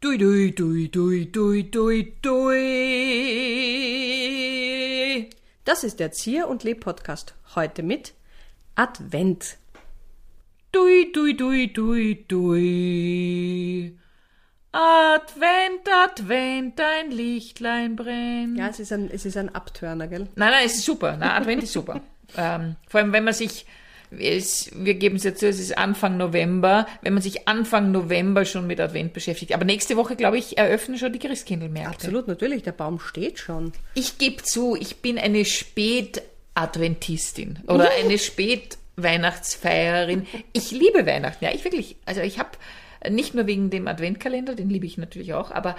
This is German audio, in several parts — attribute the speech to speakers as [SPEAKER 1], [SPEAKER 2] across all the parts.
[SPEAKER 1] Dui, dui, dui, dui, dui, dui, dui.
[SPEAKER 2] Das ist der Zier- und Leb-Podcast. Heute mit Advent.
[SPEAKER 1] Dui, dui, dui, dui, dui. Advent, Advent, ein Lichtlein brennt.
[SPEAKER 2] Ja, es ist ein, es ist ein Abtörner, gell?
[SPEAKER 1] Nein, nein, es ist super. Na, Advent ist super. Ähm, vor allem, wenn man sich, es, wir geben es jetzt zu, es ist Anfang November, wenn man sich Anfang November schon mit Advent beschäftigt. Aber nächste Woche, glaube ich, eröffnen schon die Christkindlmärkte.
[SPEAKER 2] Absolut, natürlich, der Baum steht schon.
[SPEAKER 1] Ich gebe zu, ich bin eine Spätadventistin oder eine Spätweihnachtsfeiererin. Ich liebe Weihnachten, ja, ich wirklich. Also ich habe nicht nur wegen dem Adventkalender, den liebe ich natürlich auch, aber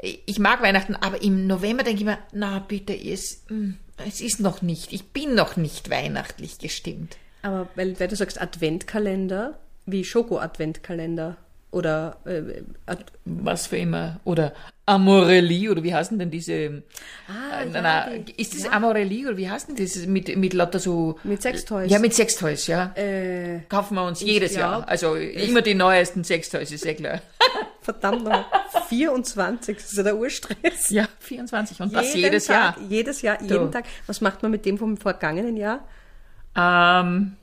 [SPEAKER 1] ich mag Weihnachten, aber im November denke ich mir, na bitte, es, mm, es ist noch nicht, ich bin noch nicht weihnachtlich gestimmt.
[SPEAKER 2] Aber weil, weil du sagst Adventkalender, wie Schoko-Adventkalender oder äh, Ad
[SPEAKER 1] Was für immer. Oder Amorelli, oder wie heißen denn diese?
[SPEAKER 2] ah,
[SPEAKER 1] Äh, na, na, ist das Amorelli oder wie heißt denn das? Mit, mit lauter so.
[SPEAKER 2] Mit Sextoys.
[SPEAKER 1] Ja, mit Sextoys, ja.
[SPEAKER 2] äh,
[SPEAKER 1] Kaufen wir uns jedes
[SPEAKER 2] glaub,
[SPEAKER 1] Jahr. Also immer die neuesten Sextoys, ist ja klar.
[SPEAKER 2] verdammt nochmal, 24, das ist ja der Urstress.
[SPEAKER 1] Ja, 24 und das
[SPEAKER 2] Jeden
[SPEAKER 1] jedes
[SPEAKER 2] Tag,
[SPEAKER 1] Jahr.
[SPEAKER 2] Jedes Jahr, jeden Tag. Was macht man mit dem vom vergangenen Jahr?
[SPEAKER 1] Ähm,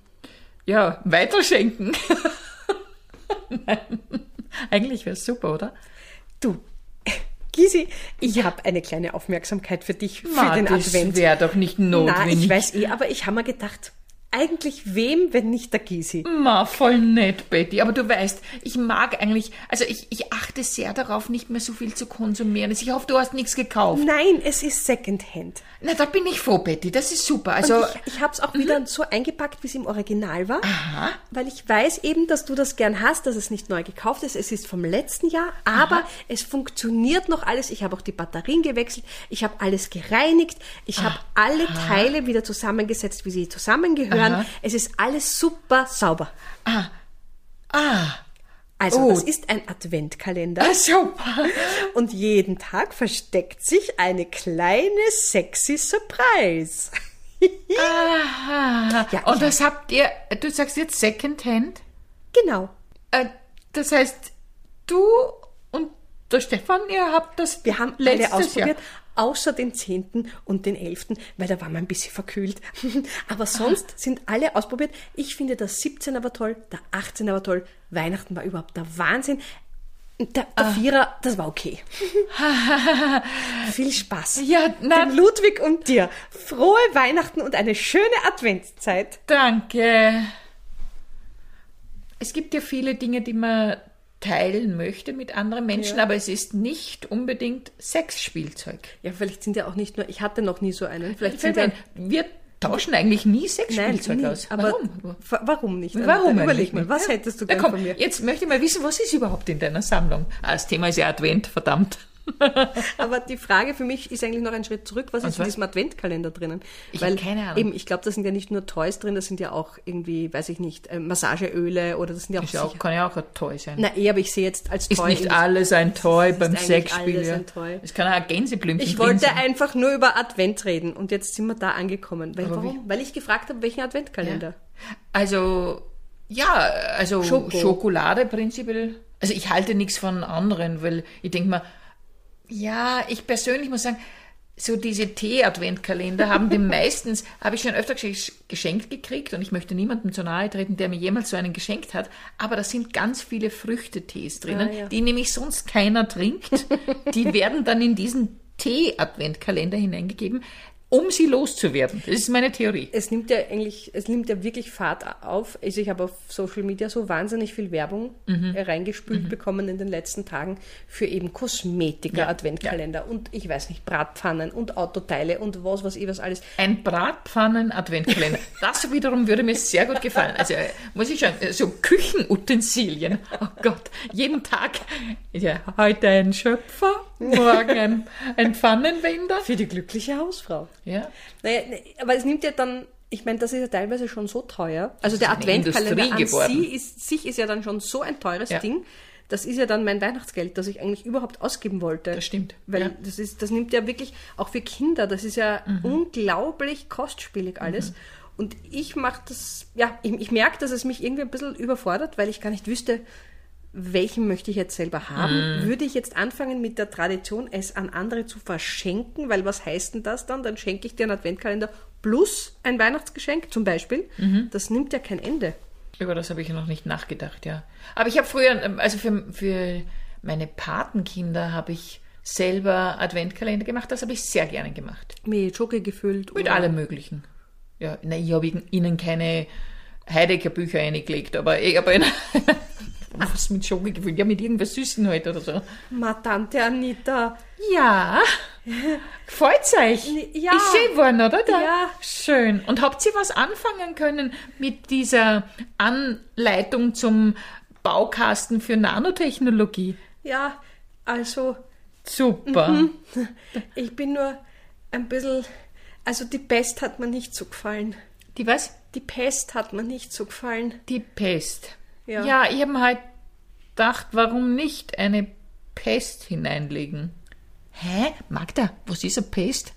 [SPEAKER 1] ja, weiterschenken. Nein. Eigentlich wäre es super, oder?
[SPEAKER 2] Du, Gisi, ich habe eine kleine Aufmerksamkeit für dich, für
[SPEAKER 1] Ma,
[SPEAKER 2] den
[SPEAKER 1] das
[SPEAKER 2] Advent.
[SPEAKER 1] wäre doch nicht
[SPEAKER 2] Na, ich
[SPEAKER 1] notwendig.
[SPEAKER 2] weiß eh, aber ich habe mir gedacht, eigentlich wem, wenn nicht der Gysi?
[SPEAKER 1] Ma, voll nett, Betty. Aber du weißt, ich mag eigentlich, also ich, ich achte sehr darauf, nicht mehr so viel zu konsumieren. Ich hoffe, du hast nichts gekauft.
[SPEAKER 2] Nein, es ist Secondhand.
[SPEAKER 1] Na, da bin ich froh, Betty. Das ist super.
[SPEAKER 2] Und
[SPEAKER 1] Also,
[SPEAKER 2] ich, ich habe es auch wieder so eingepackt, wie es im Original
[SPEAKER 1] Ah.
[SPEAKER 2] war. Weil ich weiß eben, dass du das gern hast, dass es nicht neu gekauft ist. Es ist vom letzten Jahr, aber es funktioniert noch alles. Ich habe auch die Batterien gewechselt. Ich habe alles gereinigt. Ich habe alle Teile wieder zusammengesetzt, wie sie zusammengehören.
[SPEAKER 1] Aha.
[SPEAKER 2] Es ist alles super sauber.
[SPEAKER 1] ah,
[SPEAKER 2] Also,
[SPEAKER 1] Oh.
[SPEAKER 2] das ist ein Adventkalender.
[SPEAKER 1] ah, super.
[SPEAKER 2] Und jeden Tag versteckt sich eine kleine sexy Surprise.
[SPEAKER 1] Aha.
[SPEAKER 2] Ja, ich-
[SPEAKER 1] Und das habt ihr, du sagst jetzt Secondhand?
[SPEAKER 2] Genau.
[SPEAKER 1] Äh, das heißt, du und der Stefan, ihr habt das
[SPEAKER 2] Wir haben
[SPEAKER 1] letztes
[SPEAKER 2] alle ausprobiert,
[SPEAKER 1] Jahr.
[SPEAKER 2] außer den 10. und den 11., weil da waren wir ein bisschen verkühlt. aber
[SPEAKER 1] Ah.
[SPEAKER 2] sonst sind alle ausprobiert. Ich finde der 17er war toll, der 18er war toll, Weihnachten war überhaupt der Wahnsinn. Der, der
[SPEAKER 1] Ah.
[SPEAKER 2] Vierer, das war okay. Viel Spaß.
[SPEAKER 1] Ja, na,
[SPEAKER 2] Dem Ludwig und dir. Frohe Weihnachten und eine schöne Adventszeit.
[SPEAKER 1] danke. Es gibt ja viele Dinge, die man teilen möchte mit anderen Menschen, aber es ist nicht unbedingt Sexspielzeug.
[SPEAKER 2] Ja, vielleicht sind ja auch nicht nur, ich hatte noch nie so einen. Vielleicht
[SPEAKER 1] Fällt
[SPEAKER 2] sind
[SPEAKER 1] mir
[SPEAKER 2] ja
[SPEAKER 1] ein, Wir tauschen eigentlich nie
[SPEAKER 2] Nein,
[SPEAKER 1] Sexspielzeug
[SPEAKER 2] nie,
[SPEAKER 1] aus.
[SPEAKER 2] aber
[SPEAKER 1] Warum?
[SPEAKER 2] wa- warum nicht?
[SPEAKER 1] Warum?
[SPEAKER 2] Dann
[SPEAKER 1] eigentlich
[SPEAKER 2] Äh, Überleg mal,
[SPEAKER 1] nicht?
[SPEAKER 2] was
[SPEAKER 1] Ja.
[SPEAKER 2] hättest du
[SPEAKER 1] Na
[SPEAKER 2] gern
[SPEAKER 1] komm,
[SPEAKER 2] von mir?
[SPEAKER 1] Jetzt möchte ich mal wissen, was ist überhaupt in deiner Sammlung? Ah, das Thema ist ja Advent, verdammt.
[SPEAKER 2] Aber die Frage für mich ist eigentlich noch ein Schritt zurück. Was ist in
[SPEAKER 1] was?
[SPEAKER 2] diesem Adventkalender drinnen?
[SPEAKER 1] Ich hab keine Ahnung.
[SPEAKER 2] Eben, ich glaube, da sind ja nicht nur Toys drin, da sind ja auch irgendwie, weiß ich nicht, äh, Massageöle oder das sind ja auch.
[SPEAKER 1] Ist ja auch,
[SPEAKER 2] sicher-
[SPEAKER 1] kann ja auch ein Toy sein.
[SPEAKER 2] Na, eh, aber ich sehe jetzt als
[SPEAKER 1] ist
[SPEAKER 2] Toy.
[SPEAKER 1] nicht
[SPEAKER 2] eben-
[SPEAKER 1] alles ein Toy beim
[SPEAKER 2] eigentlich
[SPEAKER 1] Sexspiel.
[SPEAKER 2] alles
[SPEAKER 1] ja.
[SPEAKER 2] ein Toy.
[SPEAKER 1] Es kann auch ein Gänseblümchen
[SPEAKER 2] ich
[SPEAKER 1] drin
[SPEAKER 2] wollte
[SPEAKER 1] sein.
[SPEAKER 2] einfach nur über Advent reden und jetzt sind wir da angekommen. Weil, warum? Weil ich gefragt habe, welchen Adventkalender.
[SPEAKER 1] Also, ja, also
[SPEAKER 2] Schoko.
[SPEAKER 1] Schokolade prinzipiell. Also ich halte nichts von anderen, weil ich denke mal, ja, ich persönlich muss sagen, so diese Tee-Adventkalender haben die meistens, habe ich schon öfter gesch- geschenkt gekriegt und ich möchte niemandem zu nahe treten, der mir jemals so einen geschenkt hat, aber da sind ganz viele Früchtetees drinnen,
[SPEAKER 2] Ah, ja.
[SPEAKER 1] die nämlich sonst keiner trinkt. Die werden dann in diesen Tee-Adventkalender hineingegeben, um sie loszuwerden. Das ist meine Theorie.
[SPEAKER 2] Es nimmt ja eigentlich, es nimmt ja wirklich Fahrt auf. Also ich habe auf Social Media so wahnsinnig viel Werbung
[SPEAKER 1] Mhm.
[SPEAKER 2] äh, reingespült bekommen in den letzten Tagen für eben Kosmetiker,
[SPEAKER 1] Ja,
[SPEAKER 2] Adventkalender und ich weiß nicht, Bratpfannen und Autoteile und was, was ich was alles.
[SPEAKER 1] Ein Bratpfannen-Adventkalender. Das wiederum würde mir sehr gut gefallen. Also äh, muss ich sagen, äh, so Küchenutensilien. Oh Gott, jeden Tag. Ja, heute ein Schöpfer, morgen ein, ein Pfannenwender.
[SPEAKER 2] Für die glückliche Hausfrau.
[SPEAKER 1] Ja.
[SPEAKER 2] Naja, ne, aber es nimmt ja dann, ich meine, das ist ja teilweise schon so teuer. Also der
[SPEAKER 1] ist eine
[SPEAKER 2] Adventkalender
[SPEAKER 1] Industrie
[SPEAKER 2] an
[SPEAKER 1] geworden.
[SPEAKER 2] sie ist, sich ist ja dann schon so ein teures
[SPEAKER 1] Hm. Ja.
[SPEAKER 2] Ding. Das ist ja dann mein Weihnachtsgeld, das ich eigentlich überhaupt ausgeben wollte.
[SPEAKER 1] Das stimmt,
[SPEAKER 2] Weil
[SPEAKER 1] ja.
[SPEAKER 2] das ist, das nimmt ja wirklich, auch für Kinder, das ist ja
[SPEAKER 1] Mhm.
[SPEAKER 2] unglaublich kostspielig alles. Und ich mache das, ja, ich, ich merke, dass es mich irgendwie ein bisschen überfordert, weil ich gar nicht wüsste, welchen möchte ich jetzt selber haben?
[SPEAKER 1] Mhm.
[SPEAKER 2] Würde ich jetzt anfangen mit der Tradition, es an andere zu verschenken? Weil was heißt denn das dann? Dann schenke ich dir einen Adventkalender plus ein Weihnachtsgeschenk zum Beispiel.
[SPEAKER 1] Mhm.
[SPEAKER 2] Das nimmt ja kein Ende.
[SPEAKER 1] Über das habe ich noch nicht nachgedacht, ja. Aber ich habe früher, ähm, also für, für meine Patenkinder habe ich selber Adventkalender gemacht. Das habe ich sehr gerne gemacht.
[SPEAKER 2] Mit Schoki gefüllt.
[SPEAKER 1] Mit
[SPEAKER 2] oder-
[SPEAKER 1] allem Möglichen. Ja, na, ich habe ihnen keine Heidegger-Bücher eingelegt, aber ich habe ihnen was mit Schoki gefüllt. Ja, mit irgendwas Süßen halt oder so.
[SPEAKER 2] Ma Tante Anita.
[SPEAKER 1] Ja, freut's euch.
[SPEAKER 2] Ja.
[SPEAKER 1] Ist schön worden, oder? Da?
[SPEAKER 2] Ja.
[SPEAKER 1] Schön. Und habt ihr was anfangen können mit dieser Anleitung zum Baukasten für Nanotechnologie?
[SPEAKER 2] Ja, also
[SPEAKER 1] Super.
[SPEAKER 2] Mhm. ich bin nur ein bisschen. Also die Pest hat mir nicht so gefallen.
[SPEAKER 1] Die was?
[SPEAKER 2] Die Pest hat mir nicht so gefallen.
[SPEAKER 1] Die Pest.
[SPEAKER 2] Ja.
[SPEAKER 1] Ja, ich habe mir halt gedacht, warum nicht eine Pest hineinlegen? Hä? Magda, was ist eine Pest?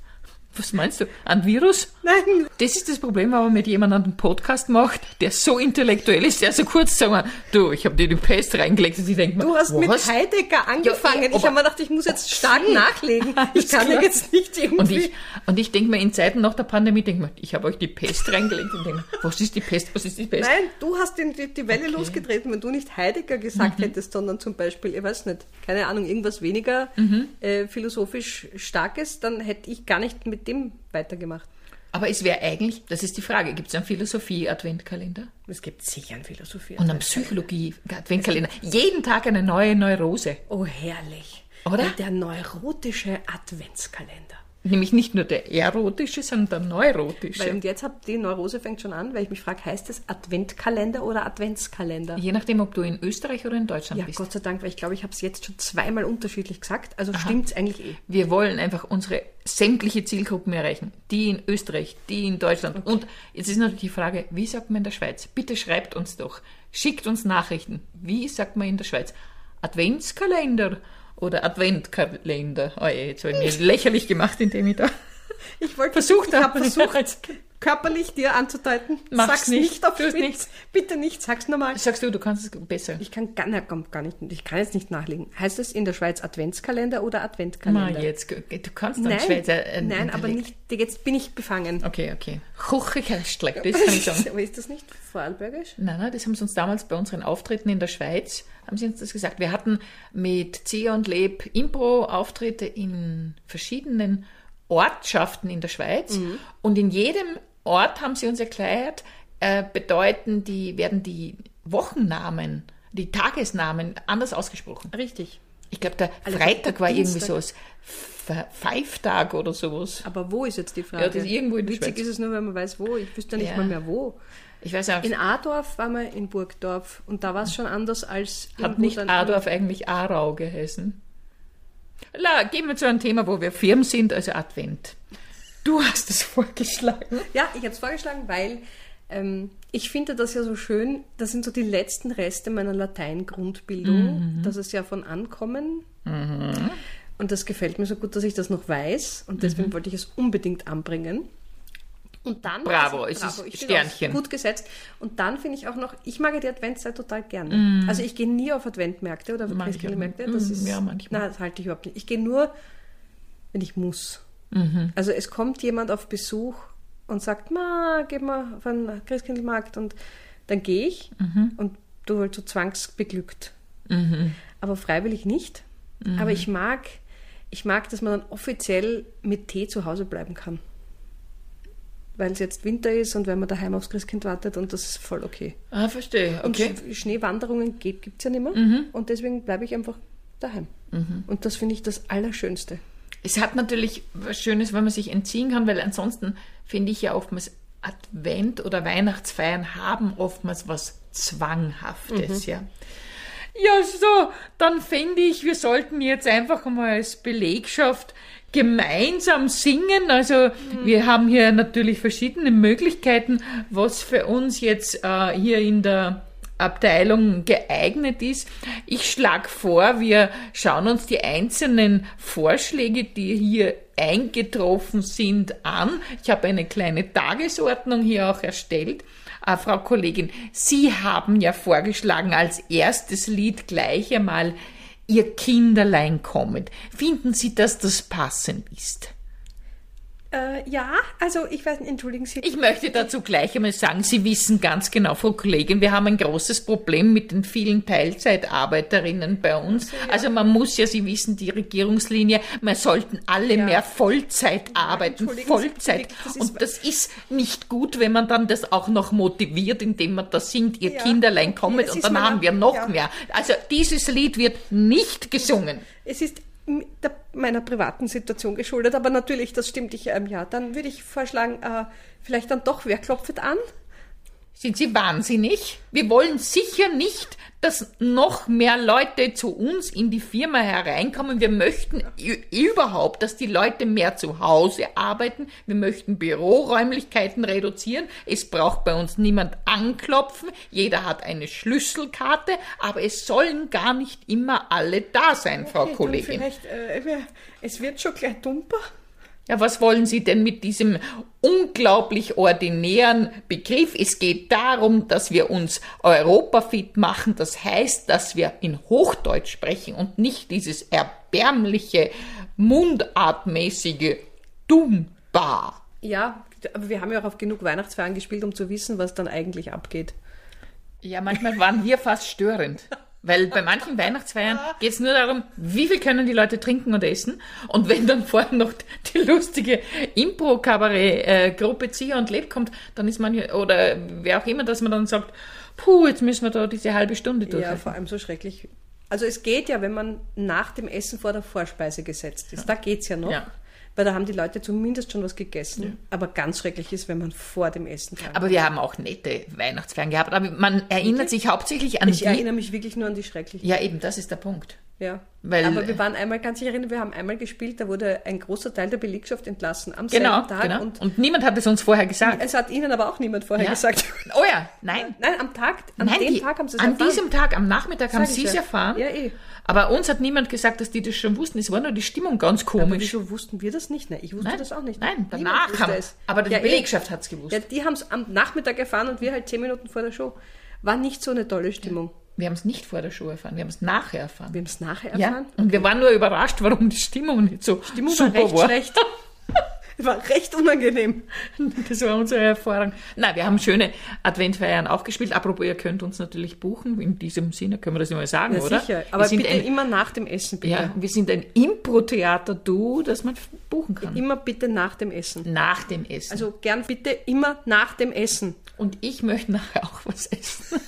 [SPEAKER 1] Was meinst du? Ein Virus?
[SPEAKER 2] Nein,
[SPEAKER 1] Das ist das Problem, wenn man mit jemandem einen Podcast macht, der so intellektuell ist, der so kurz sagen kann, du, ich habe dir die Pest reingelegt und ich denke mir,
[SPEAKER 2] Du hast mit
[SPEAKER 1] was?
[SPEAKER 2] Heidegger angefangen.
[SPEAKER 1] Ja, eh,
[SPEAKER 2] ich
[SPEAKER 1] aber-
[SPEAKER 2] habe mir gedacht, ich muss jetzt stark nachlegen. Ich
[SPEAKER 1] Alles
[SPEAKER 2] kann
[SPEAKER 1] klar.
[SPEAKER 2] mir jetzt nicht
[SPEAKER 1] und
[SPEAKER 2] irgendwie.
[SPEAKER 1] ich, und ich denke mir, in Zeiten nach der Pandemie, denke mir, ich habe euch die Pest reingelegt und denke mir, was ist die Pest, was ist die Pest?
[SPEAKER 2] Nein, du hast den, die, die Welle losgetreten, wenn du nicht Heidegger gesagt
[SPEAKER 1] Mhm.
[SPEAKER 2] hättest, sondern zum Beispiel, ich weiß nicht, keine Ahnung, irgendwas weniger
[SPEAKER 1] Mhm.
[SPEAKER 2] äh, philosophisch Starkes, dann hätte ich gar nicht mit dem weitergemacht.
[SPEAKER 1] Aber es wäre eigentlich, das ist die Frage, gibt es einen Philosophie-Adventkalender?
[SPEAKER 2] Es gibt sicher einen Philosophie.
[SPEAKER 1] Und am Psychologie-Adventkalender. Jeden Tag eine neue Neurose.
[SPEAKER 2] oh, herrlich.
[SPEAKER 1] Oder?
[SPEAKER 2] Der neurotische Adventskalender.
[SPEAKER 1] Nämlich nicht nur der erotische, sondern der neurotische.
[SPEAKER 2] Weil, und jetzt hab, die Neurose fängt schon an, weil ich mich frage, heißt es Adventkalender oder Adventskalender?
[SPEAKER 1] Je nachdem, ob du in Österreich oder in Deutschland
[SPEAKER 2] Ja,
[SPEAKER 1] bist.
[SPEAKER 2] Gott sei Dank, weil ich glaube, ich habe es jetzt schon zweimal unterschiedlich gesagt. Also stimmt's eigentlich eh.
[SPEAKER 1] Wir wollen einfach unsere sämtliche Zielgruppen erreichen. Die in Österreich, die in Deutschland. Und jetzt ist natürlich die Frage, wie sagt man in der Schweiz? Bitte schreibt uns doch. Schickt uns Nachrichten. Wie sagt man in der Schweiz? Adventskalender oder Adventkalender. Oh je, jetzt habe ich mir lächerlich gemacht, indem ich da...
[SPEAKER 2] Ich wollte
[SPEAKER 1] Versucht
[SPEAKER 2] ich habe
[SPEAKER 1] haben.
[SPEAKER 2] versucht, körperlich dir anzudeuten.
[SPEAKER 1] Mach's
[SPEAKER 2] sag's
[SPEAKER 1] nicht,
[SPEAKER 2] auf
[SPEAKER 1] tu's
[SPEAKER 2] Schwitz.
[SPEAKER 1] nicht.
[SPEAKER 2] Bitte nicht, sag's nochmal.
[SPEAKER 1] Sagst du, du kannst es besser.
[SPEAKER 2] Ich kann gar, na, komm, gar nicht, ich kann jetzt nicht nachlegen. Heißt es in der Schweiz Adventskalender oder
[SPEAKER 1] Ma,
[SPEAKER 2] Adventkalender?
[SPEAKER 1] jetzt, du kannst dann
[SPEAKER 2] Nein,
[SPEAKER 1] Schweizer... äh,
[SPEAKER 2] nein aber
[SPEAKER 1] Dialekt.
[SPEAKER 2] nicht, jetzt bin ich befangen.
[SPEAKER 1] Okay, okay. Kuchenkästle, das kann ich sagen.
[SPEAKER 2] aber ist das nicht vorarlbergisch?
[SPEAKER 1] Nein, nein, das haben sie uns damals bei unseren Auftritten in der Schweiz, haben sie uns das gesagt. Wir hatten mit Zia und Leb Impro-Auftritte in verschiedenen Ortschaften in der Schweiz
[SPEAKER 2] Mhm.
[SPEAKER 1] und in jedem Ort haben sie uns erklärt, äh, bedeuten die, werden die Wochennamen, die Tagesnamen anders ausgesprochen.
[SPEAKER 2] Richtig.
[SPEAKER 1] Ich glaube, der
[SPEAKER 2] Also
[SPEAKER 1] Freitag war irgendwie
[SPEAKER 2] Dienstag.
[SPEAKER 1] sowas, Fe- Pfeiftag oder sowas.
[SPEAKER 2] Aber wo ist jetzt die Frage?
[SPEAKER 1] Ja, das ist irgendwo in der
[SPEAKER 2] Witzig
[SPEAKER 1] Schweiz.
[SPEAKER 2] ist es nur, wenn man weiß, wo. Ich wüsste nicht
[SPEAKER 1] Ja.
[SPEAKER 2] mal mehr, wo.
[SPEAKER 1] Ich weiß auch,
[SPEAKER 2] In Adorf waren wir in Burgdorf und da war es schon anders als
[SPEAKER 1] Hm. Hat
[SPEAKER 2] irgendwo
[SPEAKER 1] nicht
[SPEAKER 2] dann-
[SPEAKER 1] Adorf eigentlich Aarau geheißen? La, gehen wir zu einem Thema, wo wir firm sind, also Advent. Du hast es vorgeschlagen.
[SPEAKER 2] Ja, ich habe es vorgeschlagen, weil ähm, ich finde das ja so schön, das sind so die letzten Reste meiner Latein-Grundbildung,
[SPEAKER 1] Mhm.
[SPEAKER 2] das ist ja von Ankommen. Und das gefällt mir so gut, dass ich das noch weiß und deswegen
[SPEAKER 1] Mhm.
[SPEAKER 2] wollte ich es unbedingt anbringen. Und dann also,
[SPEAKER 1] Bravo, es ist
[SPEAKER 2] ich bin auch
[SPEAKER 1] Sternchen.
[SPEAKER 2] Gut gesetzt. Und dann finde ich auch noch, ich mag ja die Adventszeit total gerne.
[SPEAKER 1] Mhm.
[SPEAKER 2] Also ich gehe nie auf Adventmärkte oder
[SPEAKER 1] Manchmal.
[SPEAKER 2] Christkindlmärkte. Also Das
[SPEAKER 1] Mm,
[SPEAKER 2] ist
[SPEAKER 1] ja, manchmal.
[SPEAKER 2] Na, das halte ich überhaupt nicht. Ich gehe nur, wenn ich muss.
[SPEAKER 1] Mhm.
[SPEAKER 2] Also es kommt jemand auf Besuch und sagt, ma, geh mal auf einen Christkindlmarkt und dann gehe ich
[SPEAKER 1] Mhm.
[SPEAKER 2] und du wirst so zwangsbeglückt. Aber freiwillig nicht.
[SPEAKER 1] Mhm.
[SPEAKER 2] Aber ich mag, ich mag, dass man dann offiziell mit Tee zu Hause bleiben kann. Weil es jetzt Winter ist und wenn man daheim aufs Christkind wartet und das ist voll okay.
[SPEAKER 1] Ah, verstehe.
[SPEAKER 2] Und
[SPEAKER 1] Okay. Mhm.
[SPEAKER 2] Sch- Schneewanderungen gibt es ja nicht mehr und deswegen bleibe ich einfach daheim. Und das finde ich das Allerschönste.
[SPEAKER 1] Es hat natürlich was Schönes, wenn man sich entziehen kann, weil ansonsten finde ich ja oftmals Advent oder Weihnachtsfeiern haben oftmals was Zwanghaftes, ja. Ja, so, dann finde ich, wir sollten jetzt einfach mal als Belegschaft gemeinsam singen. Also wir haben hier natürlich verschiedene Möglichkeiten, was für uns jetzt äh, hier in der Abteilung geeignet ist. Ich schlage vor, wir schauen uns die einzelnen Vorschläge, die hier eingetroffen sind, an. Ich habe eine kleine Tagesordnung hier auch erstellt. Äh, Frau Kollegin, Sie haben ja vorgeschlagen, als erstes Lied gleich einmal Ihr Kinderlein kommend. Finden Sie, dass das passend ist?
[SPEAKER 2] Äh, ja, also ich weiß, nicht, entschuldigen Sie.
[SPEAKER 1] Ich möchte dazu gleich einmal sagen, Sie wissen ganz genau, Frau Kollegin, wir haben ein großes Problem mit den vielen Teilzeitarbeiterinnen bei uns. Also man muss ja, Sie wissen, die Regierungslinie, man sollten alle
[SPEAKER 2] Ja.
[SPEAKER 1] mehr Vollzeit arbeiten,
[SPEAKER 2] entschuldigen Sie,
[SPEAKER 1] Vollzeit.
[SPEAKER 2] entschuldigen Sie, das ist-
[SPEAKER 1] Und das ist nicht gut, wenn man dann das auch noch motiviert, indem man das singt, Ihr
[SPEAKER 2] Ja,
[SPEAKER 1] Kinderlein
[SPEAKER 2] okay,
[SPEAKER 1] kommet
[SPEAKER 2] das
[SPEAKER 1] und
[SPEAKER 2] ist
[SPEAKER 1] dann
[SPEAKER 2] mein
[SPEAKER 1] haben wir
[SPEAKER 2] Ab-
[SPEAKER 1] noch
[SPEAKER 2] ja.
[SPEAKER 1] mehr. Also dieses Lied wird nicht gesungen.
[SPEAKER 2] Es ist m- der, meiner privaten Situation geschuldet, aber natürlich, das stimmt ich ähm, ja. Dann würde ich vorschlagen, äh, vielleicht dann doch, wer klopft an?
[SPEAKER 1] Sind Sie wahnsinnig? Wir wollen sicher nicht, dass noch mehr Leute zu uns in die Firma hereinkommen. Wir möchten ü- überhaupt, dass die Leute mehr zu Hause arbeiten. Wir möchten Büroräumlichkeiten reduzieren. Es braucht bei uns niemand anklopfen. Jeder hat eine Schlüsselkarte. Aber es sollen gar nicht immer alle da sein, Frau
[SPEAKER 2] Okay, dann
[SPEAKER 1] Kollegin.
[SPEAKER 2] Vielleicht, äh, wer- es wird schon gleich dumper.
[SPEAKER 1] Ja, was wollen Sie denn mit diesem unglaublich ordinären Begriff? Es geht darum, dass wir uns europafit machen. Das heißt, dass wir in Hochdeutsch sprechen und nicht dieses erbärmliche, mundartmäßige Dummbar.
[SPEAKER 2] Ja, aber wir haben ja auch auf genug Weihnachtsfeiern gespielt, um zu wissen, was dann eigentlich abgeht.
[SPEAKER 1] Ja, manchmal waren wir fast störend. Weil bei manchen Weihnachtsfeiern geht's nur darum, wie viel können die Leute trinken und essen. Und wenn dann vorher noch die lustige Impro-Kabarett-Gruppe Zieher und Leb kommt, dann ist man, hier- oder wer auch immer, dass man dann sagt, puh, jetzt müssen wir da diese halbe Stunde
[SPEAKER 2] Ja,
[SPEAKER 1] durchhalten.
[SPEAKER 2] vor allem so schrecklich. Also es geht ja, wenn man nach dem Essen vor der Vorspeise gesetzt ist. Da geht's ja noch.
[SPEAKER 1] Ja.
[SPEAKER 2] Weil da haben die Leute zumindest schon was gegessen. Aber ganz schrecklich ist, wenn man vor dem Essen dran
[SPEAKER 1] aber wir haben auch nette Weihnachtsfeiern gehabt. Aber man erinnert sich hauptsächlich an
[SPEAKER 2] Ich
[SPEAKER 1] die...
[SPEAKER 2] erinnere mich wirklich nur an die schrecklichen.
[SPEAKER 1] ja, eben, das ist der Punkt.
[SPEAKER 2] Ja.
[SPEAKER 1] Weil-
[SPEAKER 2] Aber wir waren einmal, ganz ich erinnere, wir haben einmal gespielt, da wurde ein großer Teil der Belegschaft entlassen am
[SPEAKER 1] Genau,
[SPEAKER 2] selben Tag.
[SPEAKER 1] genau. Und,
[SPEAKER 2] Und
[SPEAKER 1] niemand hat es uns vorher gesagt.
[SPEAKER 2] es hat ihnen aber auch niemand vorher
[SPEAKER 1] Ja.
[SPEAKER 2] gesagt.
[SPEAKER 1] Oh ja, nein.
[SPEAKER 2] Nein, am Tag, an
[SPEAKER 1] Nein,
[SPEAKER 2] dem
[SPEAKER 1] die-
[SPEAKER 2] Tag haben sie es
[SPEAKER 1] An
[SPEAKER 2] erfahren.
[SPEAKER 1] diesem Tag, am Nachmittag haben
[SPEAKER 2] Sag ich
[SPEAKER 1] sie es
[SPEAKER 2] ja.
[SPEAKER 1] erfahren.
[SPEAKER 2] Ja, eh.
[SPEAKER 1] Aber uns hat niemand gesagt, dass die das schon wussten. Es war nur die Stimmung ganz
[SPEAKER 2] Aber
[SPEAKER 1] komisch.
[SPEAKER 2] wieso wussten wir das nicht? Nein, ich wusste
[SPEAKER 1] Nein,
[SPEAKER 2] das auch nicht.
[SPEAKER 1] nein,
[SPEAKER 2] Niemand
[SPEAKER 1] danach
[SPEAKER 2] wusste
[SPEAKER 1] haben-
[SPEAKER 2] es.
[SPEAKER 1] aber die
[SPEAKER 2] eh.
[SPEAKER 1] Belegschaft hat's gewusst.
[SPEAKER 2] Ja, die haben es am Nachmittag erfahren und wir halt zehn Minuten vor der Show. War nicht so eine tolle Stimmung.
[SPEAKER 1] Wir haben es nicht vor der Show erfahren, wir haben es nachher erfahren.
[SPEAKER 2] Wir haben es nachher
[SPEAKER 1] ja,
[SPEAKER 2] erfahren.
[SPEAKER 1] und wir waren nur überrascht, warum die Stimmung nicht so
[SPEAKER 2] Die Stimmung
[SPEAKER 1] super
[SPEAKER 2] war recht
[SPEAKER 1] war.
[SPEAKER 2] schlecht. War recht unangenehm.
[SPEAKER 1] Das war unsere Erfahrung. Na, wir haben schöne Adventfeiern auch gespielt. Apropos, ihr könnt uns natürlich buchen. In diesem Sinne können wir das immer sagen,
[SPEAKER 2] Ja,
[SPEAKER 1] oder?
[SPEAKER 2] sicher.
[SPEAKER 1] wir
[SPEAKER 2] Aber
[SPEAKER 1] sind
[SPEAKER 2] bitte
[SPEAKER 1] ein,
[SPEAKER 2] immer nach dem Essen, bitte.
[SPEAKER 1] ja, wir sind ein Impro-Theater-Duo, das man f- buchen kann.
[SPEAKER 2] Immer bitte nach dem Essen.
[SPEAKER 1] Nach dem Essen.
[SPEAKER 2] Also gern bitte immer nach dem Essen.
[SPEAKER 1] Und ich möchte nachher auch was essen.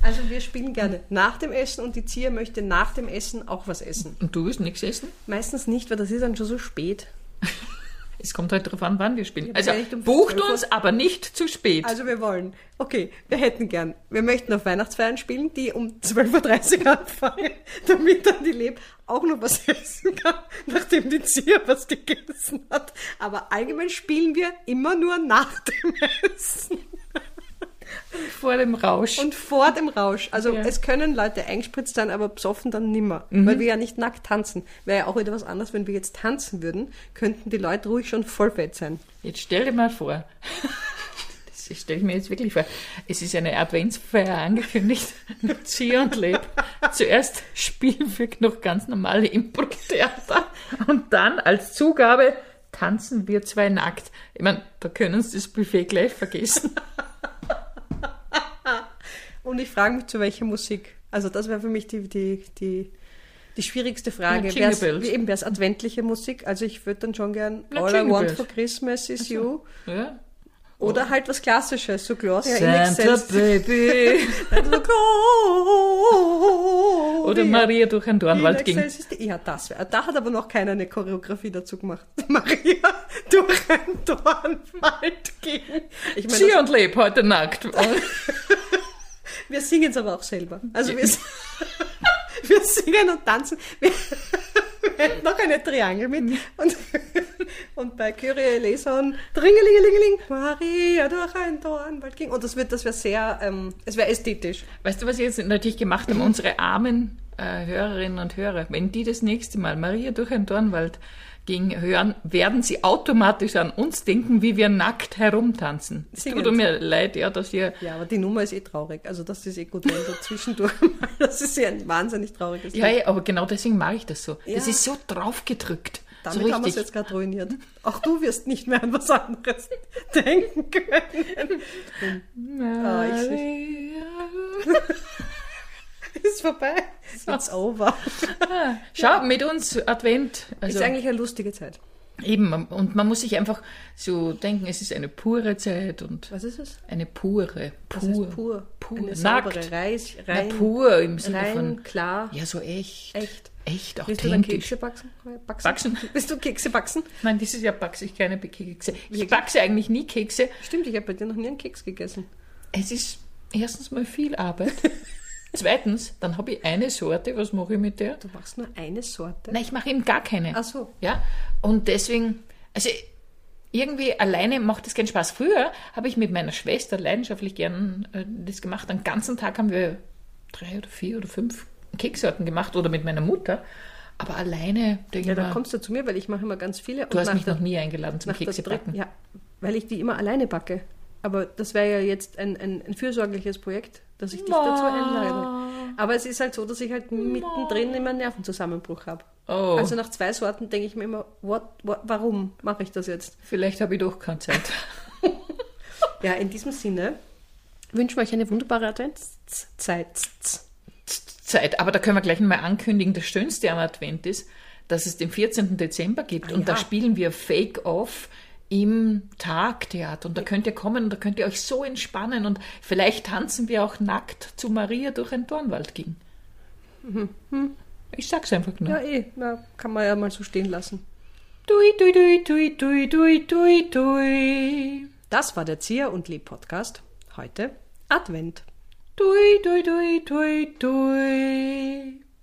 [SPEAKER 2] Also wir spielen gerne nach dem Essen und die Zier möchte nach dem Essen auch was essen.
[SPEAKER 1] Und du willst nichts essen?
[SPEAKER 2] Meistens nicht, weil das ist dann schon so spät.
[SPEAKER 1] Es kommt halt darauf an, wann wir spielen.
[SPEAKER 2] aber
[SPEAKER 1] Also
[SPEAKER 2] vielleicht um
[SPEAKER 1] bucht
[SPEAKER 2] 12 Uhr.
[SPEAKER 1] uns, aber nicht zu spät.
[SPEAKER 2] Also wir wollen. Okay, wir hätten gern. Wir möchten auf Weihnachtsfeiern spielen, die um 12.30 Uhr anfangen, damit dann die Leb auch noch was essen kann, nachdem die Zier was gegessen hat. Aber allgemein spielen wir immer nur nach dem Essen.
[SPEAKER 1] vor dem Rausch.
[SPEAKER 2] Und vor dem Rausch. Also
[SPEAKER 1] Ja.
[SPEAKER 2] es können Leute eingespritzt sein, aber besoffen dann nimmer. Weil wir ja nicht nackt tanzen. Wäre ja auch wieder was anderes, wenn wir jetzt tanzen würden, könnten die Leute ruhig schon vollfett sein.
[SPEAKER 1] jetzt stell dir mal vor. Das stelle ich mir jetzt wirklich vor. Es ist eine Adventsfeier angekündigt. Mit Zieh und Leb. Zuerst spielen wir noch ganz normale Impro-Theater. Und dann als Zugabe tanzen wir zwei nackt. Ich meine, da können Sie das Buffet gleich vergessen.
[SPEAKER 2] Und ich frage mich, zu welcher Musik. Also das wäre für mich die, die, die, die schwierigste Frage.
[SPEAKER 1] Ja, Jingle
[SPEAKER 2] Wär's,
[SPEAKER 1] Bells.
[SPEAKER 2] wie eben wäre es adventliche Musik? Also ich würde dann schon gern
[SPEAKER 1] Na,
[SPEAKER 2] All I
[SPEAKER 1] Jingle
[SPEAKER 2] Want
[SPEAKER 1] Bells.
[SPEAKER 2] for Christmas is You.
[SPEAKER 1] Ja?
[SPEAKER 2] Oder halt was Klassisches, so Gloria in
[SPEAKER 1] Santa
[SPEAKER 2] Excelsis.
[SPEAKER 1] Baby.
[SPEAKER 2] Also Gloria.
[SPEAKER 1] Oder Maria durch ein Dornwald
[SPEAKER 2] Relax,
[SPEAKER 1] ging.
[SPEAKER 2] das ist die- Ja, das wär, da hat aber noch keiner eine Choreografie dazu gemacht. Maria durch ein Dornwald ging. Ich meine,
[SPEAKER 1] Zieh und leb heute nackt.
[SPEAKER 2] das, wir singen es aber auch selber. Also wir, s- wir singen und tanzen. Wir, wir hätten noch eine Triangel mit. Und, und bei Kyrie Eleison, Dringelingelingeling, Maria durch ein Dornwald ging. Und das, wird- das wäre sehr, ähm, es wäre ästhetisch. Mhm.
[SPEAKER 1] Weißt du, was wir jetzt natürlich gemacht haben? Unsere armen äh, Hörerinnen und Hörer, wenn die das nächste Mal Maria durch einen Dornwald ging hören, werden sie automatisch an uns denken, wie wir nackt herumtanzen. Es
[SPEAKER 2] Singen
[SPEAKER 1] tut
[SPEAKER 2] sie.
[SPEAKER 1] mir leid, ja, dass ihr
[SPEAKER 2] Ja, aber die Nummer ist eh traurig. Also das ist eh gut, wenn du zwischendurch mal, das ist ja ein wahnsinnig trauriges
[SPEAKER 1] Ja,
[SPEAKER 2] Lied.
[SPEAKER 1] ja, aber genau deswegen mag ich das so. Das
[SPEAKER 2] Ja.
[SPEAKER 1] ist so draufgedrückt.
[SPEAKER 2] Damit
[SPEAKER 1] so
[SPEAKER 2] haben wir es
[SPEAKER 1] richtig.
[SPEAKER 2] jetzt gerade ruiniert. Auch du wirst nicht mehr an was anderes denken können. Ah, ich- Ist vorbei. It's over.
[SPEAKER 1] Ah, Schau, mit uns Advent. Also
[SPEAKER 2] Ist eigentlich eine lustige Zeit.
[SPEAKER 1] eben, man- und man muss sich einfach so denken, es ist eine pure Zeit und
[SPEAKER 2] Was ist es?
[SPEAKER 1] eine pure, pur,
[SPEAKER 2] Das heißt pur.
[SPEAKER 1] pur,
[SPEAKER 2] Eine saubere,
[SPEAKER 1] nackt,
[SPEAKER 2] reich,
[SPEAKER 1] Na,
[SPEAKER 2] rein,
[SPEAKER 1] pur im Sinne
[SPEAKER 2] rein
[SPEAKER 1] von,
[SPEAKER 2] klar,
[SPEAKER 1] ja, so echt,
[SPEAKER 2] echt.
[SPEAKER 1] echt
[SPEAKER 2] Willst du dann
[SPEAKER 1] authentisch.
[SPEAKER 2] Kekse backen? Backsen?
[SPEAKER 1] Backsen?
[SPEAKER 2] Willst du Kekse backen?
[SPEAKER 1] Nein, dieses Jahr backe ich keine Kekse. Ich
[SPEAKER 2] Wirklich?
[SPEAKER 1] backe eigentlich nie Kekse.
[SPEAKER 2] Stimmt, ich habe bei dir noch nie einen Keks gegessen.
[SPEAKER 1] Es ist erstens mal viel Arbeit. Zweitens, dann habe ich eine Sorte, was mache ich mit der?
[SPEAKER 2] Du machst nur eine Sorte.
[SPEAKER 1] Nein, ich mache eben gar keine.
[SPEAKER 2] Ach so.
[SPEAKER 1] Ja, und deswegen, also irgendwie alleine macht das keinen Spaß. Früher habe ich mit meiner Schwester leidenschaftlich gern äh, das gemacht. Den ganzen Tag haben wir drei oder vier oder fünf Keksorten gemacht oder mit meiner Mutter. Aber alleine, denke
[SPEAKER 2] Ja,
[SPEAKER 1] ich
[SPEAKER 2] dann
[SPEAKER 1] mal,
[SPEAKER 2] kommst du zu mir, weil ich mache immer ganz viele.
[SPEAKER 1] du hast mich
[SPEAKER 2] der-
[SPEAKER 1] noch nie eingeladen zum
[SPEAKER 2] nach der dritten-
[SPEAKER 1] Keksebacken.
[SPEAKER 2] Ja, weil ich die immer alleine backe. Aber das wäre ja jetzt ein, ein, ein fürsorgliches Projekt, dass ich dich dazu einlade. Aber es ist halt so, dass ich halt mittendrin immer einen Nervenzusammenbruch habe.
[SPEAKER 1] Oh.
[SPEAKER 2] Also nach zwei Sorten denke ich mir immer, what, what, warum mache ich das jetzt?
[SPEAKER 1] Vielleicht habe ich doch keine Zeit.
[SPEAKER 2] Ja, in diesem Sinne wünschen wir euch eine wunderbare Adventszeit.
[SPEAKER 1] Zeit. Aber da können wir gleich mal ankündigen, das Schönste am Advent ist, dass es den 14. Dezember gibt. Und da
[SPEAKER 2] Ah ja.
[SPEAKER 1] spielen wir Fake-Off im Tagtheater. Und da könnt ihr kommen und da könnt ihr euch so entspannen. Und vielleicht tanzen wir auch nackt zu Maria durch einen Dornwald ging.
[SPEAKER 2] Mhm.
[SPEAKER 1] Ich sag's einfach nur.
[SPEAKER 2] Ja, eh, na, kann man ja mal so stehen lassen.
[SPEAKER 1] Tui, tui, tui, tui, tui, tui, tui, tui.
[SPEAKER 2] Das war der Zier und Lieb Podcast. Heute Advent.
[SPEAKER 1] Tui, tui, tui, tui, tui.